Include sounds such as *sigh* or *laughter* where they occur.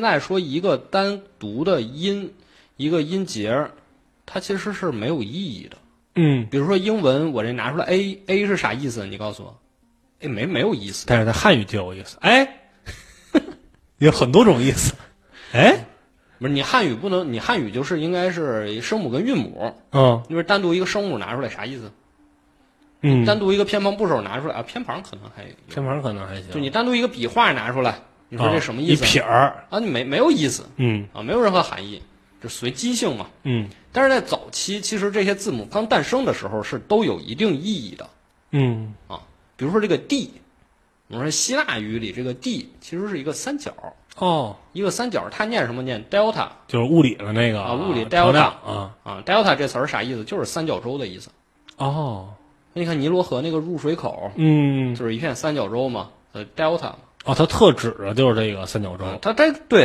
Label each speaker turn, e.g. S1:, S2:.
S1: 现在说一个单独的音，一个音节儿，它其实是没有意义的。
S2: 嗯，
S1: 比如说英文，我这拿出来 a a 是啥意思？你告诉我，哎，没没有意思。
S2: 但是在汉语就有意思，哎， *laughs* 有很多种意思，哎，
S1: 不是你汉语不能，你汉语就是应该是声母跟韵母，
S2: 嗯
S1: 就是单独一个声母拿出来啥意思？
S2: 嗯，
S1: 单独一个偏旁部首拿出来啊，偏旁可能还有，
S2: 偏旁可能还行，哦
S1: 就你单独一个笔画拿出来，你说这什么意
S2: 嗯啊一
S1: 思
S2: 撇儿，
S1: 啊？你没没有意思
S2: 嗯
S1: 啊，没有任何含义，就随机性嘛。
S2: 嗯
S1: 但是在早期，其实这些字母刚诞生的时候是都有一定意义的。
S2: 嗯
S1: 比如说这个 d，我们说希腊语里这个 d 其实是一个三角，
S2: 哦，
S1: 一个三角它念什么念 delta
S2: 就是物理的那个
S1: 啊物理
S2: 调
S1: delta
S2: 量啊，
S1: 啊，delta 这词儿啥意思？就是三角洲的意思。
S2: 哦，
S1: 那你看尼罗河那个入水口
S2: 嗯，
S1: 就是一片三角洲嘛，呃，delta 嘛，
S2: 哦，它特指的就是这个三角洲，
S1: 啊它这对